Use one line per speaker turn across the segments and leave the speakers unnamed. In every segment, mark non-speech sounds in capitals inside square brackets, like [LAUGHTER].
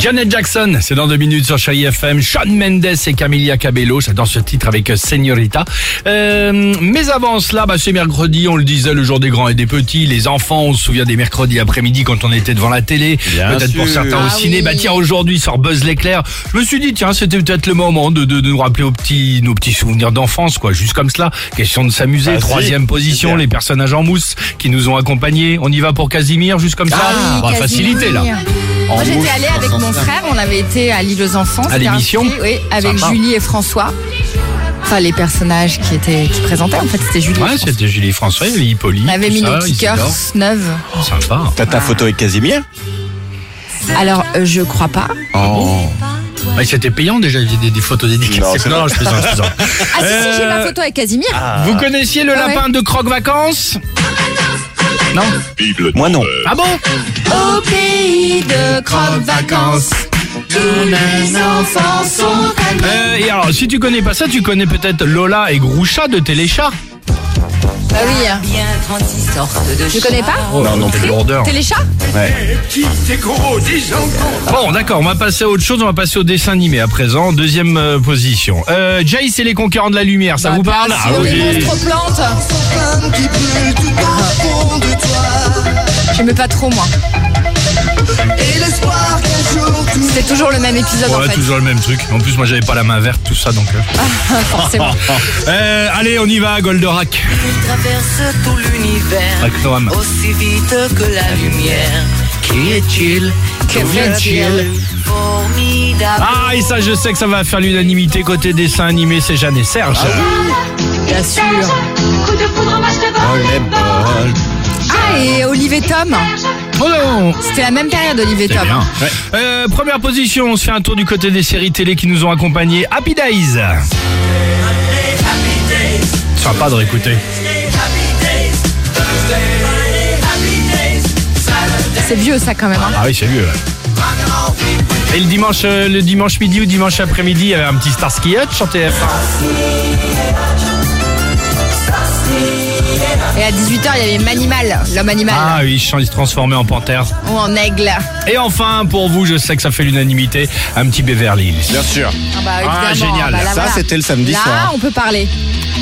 Janet Jackson, c'est dans deux minutes sur Chérie FM. Sean Mendes et Camilla Cabello, c'est dans ce titre avec Señorita. Euh, mais avant cela, bah, c'est mercredi, on le disait, le jour des grands et des petits. Les enfants, on se souvient des mercredis après-midi quand on était devant la télé.
Bien
Peut-être pour
sûr.
certains au
Ah
ciné.
oui.
Bah tiens, aujourd'hui sort Buzz l'éclair. Je me suis dit, tiens, c'était peut-être le moment de, de, de nous rappeler aux petits, nos petits souvenirs d'enfance, quoi. Juste comme cela. Question de s'amuser.
Ah, si.
Troisième position,
Bien.
les personnages en mousse qui nous ont accompagnés. On y va pour Casimir, juste comme ça.
Ah,
on va
Casimir.
faciliter, là.
Moi, j'étais
mousse,
allée
dans
avec
ce
mon
sens-là.
frère, on avait été à l'île aux enfants. c'était
l'émission
un petit- Oui, avec
Sympa.
Julie et François. Enfin, les personnages qui étaient qui présentaient, en fait, c'était Julie. et
Ouais, Ah,
François.
c'était Julie François, il y avait Hippolyte.
on avait
tout
mis
ça,
nos petits cœurs
Isidore. Oh,
neuves.
Sympa.
T'as
Ah.
ta photo avec Casimir
Alors, euh, je crois pas.
Oh.
Ouais, c'était payant déjà, il y avait des, des photos
Non,
dédicacées.
c'est
Non, je plaisante, je plaisante.
[LAUGHS]
Ah, si, si, j'ai
Euh.
ma photo avec Casimir.
Vous connaissiez le
Ah ouais.
lapin de Croque Vacances Non
Moi non.
Ah bon
Au pays de Croque Vacances, tous les enfants sont amis.
Euh, Et alors, si tu connais pas ça, tu connais peut-être Lola et Groucha de Téléchat.
Ah
Bah
oui, hein.
bien 36 sortes de
je connais pas.
Oh, non, non, plus lourdeur.
Téléchat
Bon, d'accord, on va passer à autre chose, on va passer au dessin animé à présent. Deuxième euh, position. Euh, Jace et les conquérants de la lumière, ça vous parle Ah
Sur Bah, les
oui.
monstres plantes. J'aimais pas trop, moi. C'était toujours le même épisode, en
Ouais,
fait.
toujours le même truc. En plus, moi, j'avais pas la main verte, tout ça, donc. euh.
[LAUGHS]
[LAUGHS]
Forcément.
Euh, allez, on y va, Goldorak.
traverse tout l'univers
Avec Noam.
aussi vite que la lumière. Qui est-il
Que fait-il
Formidable.
Ah, et ça, je sais que ça va faire l'unanimité côté dessin animé, c'est Jeanne et Serge.
Bien sûr.
Coup de poudre, match de volleyball.
Ah, et Olivier Tom.
Oh non
C'était la même période, Olivier
C'est
Tom.
Eh bien. Euh, première position, on se fait un tour du côté des séries télé qui nous ont accompagnés. Happy Days Sympa de réécouter.
C'est vieux, ça, quand même. hein.
Ah oui, c'est vieux. ouais. Et le dimanche, euh, le dimanche midi ou dimanche après-midi, il y avait un petit Starsky Hutch sur TF1.
Et à 18h, il y avait Manimal, l'homme animal,
Ah oui, il se transformait en panthère.
ou en aigle. Ah,
Et enfin, pour vous, je sais que ça fait l'unanimité, un petit Beverly Hills.
Bien sûr.
Ah, bah,
Ah,
évidemment.
génial.
Bah, là,
Ça,
voilà.
c'était le samedi
Là,
soir.
on peut parler.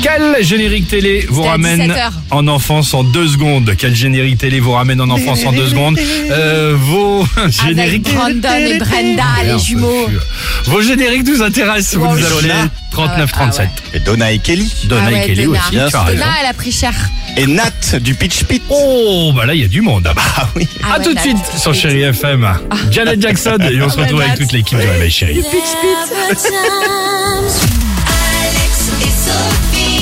Quel générique télé vous
C'était à
ramène
17 heures.
en enfance en deux secondes Quel générique télé vous ramène en enfance en deux secondes Euh, Vos génériques...
Avec Brandon et Brenda, les jumeaux. Oh
Vos génériques nous intéressent. Vous
Wow,
nous
je suis
appelez
là.
39 37.
Et Donna et Kelly.
Donna
Ah ouais,
et Kelly
Donna.
aussi, tu as
Donna.
raison.
Donna, elle a pris cher.
Et Nat du Pitch Pit.
Oh, bah là, il y a du monde. Ah bah.
Ah oui.
Ah
à
ouais,
tout de
là,
suite
tout de
sur
suite. Ah.
Chéri FM. Janet Jackson et on se retrouve avec toute l'équipe de la Chérie.
Alex et Sophie.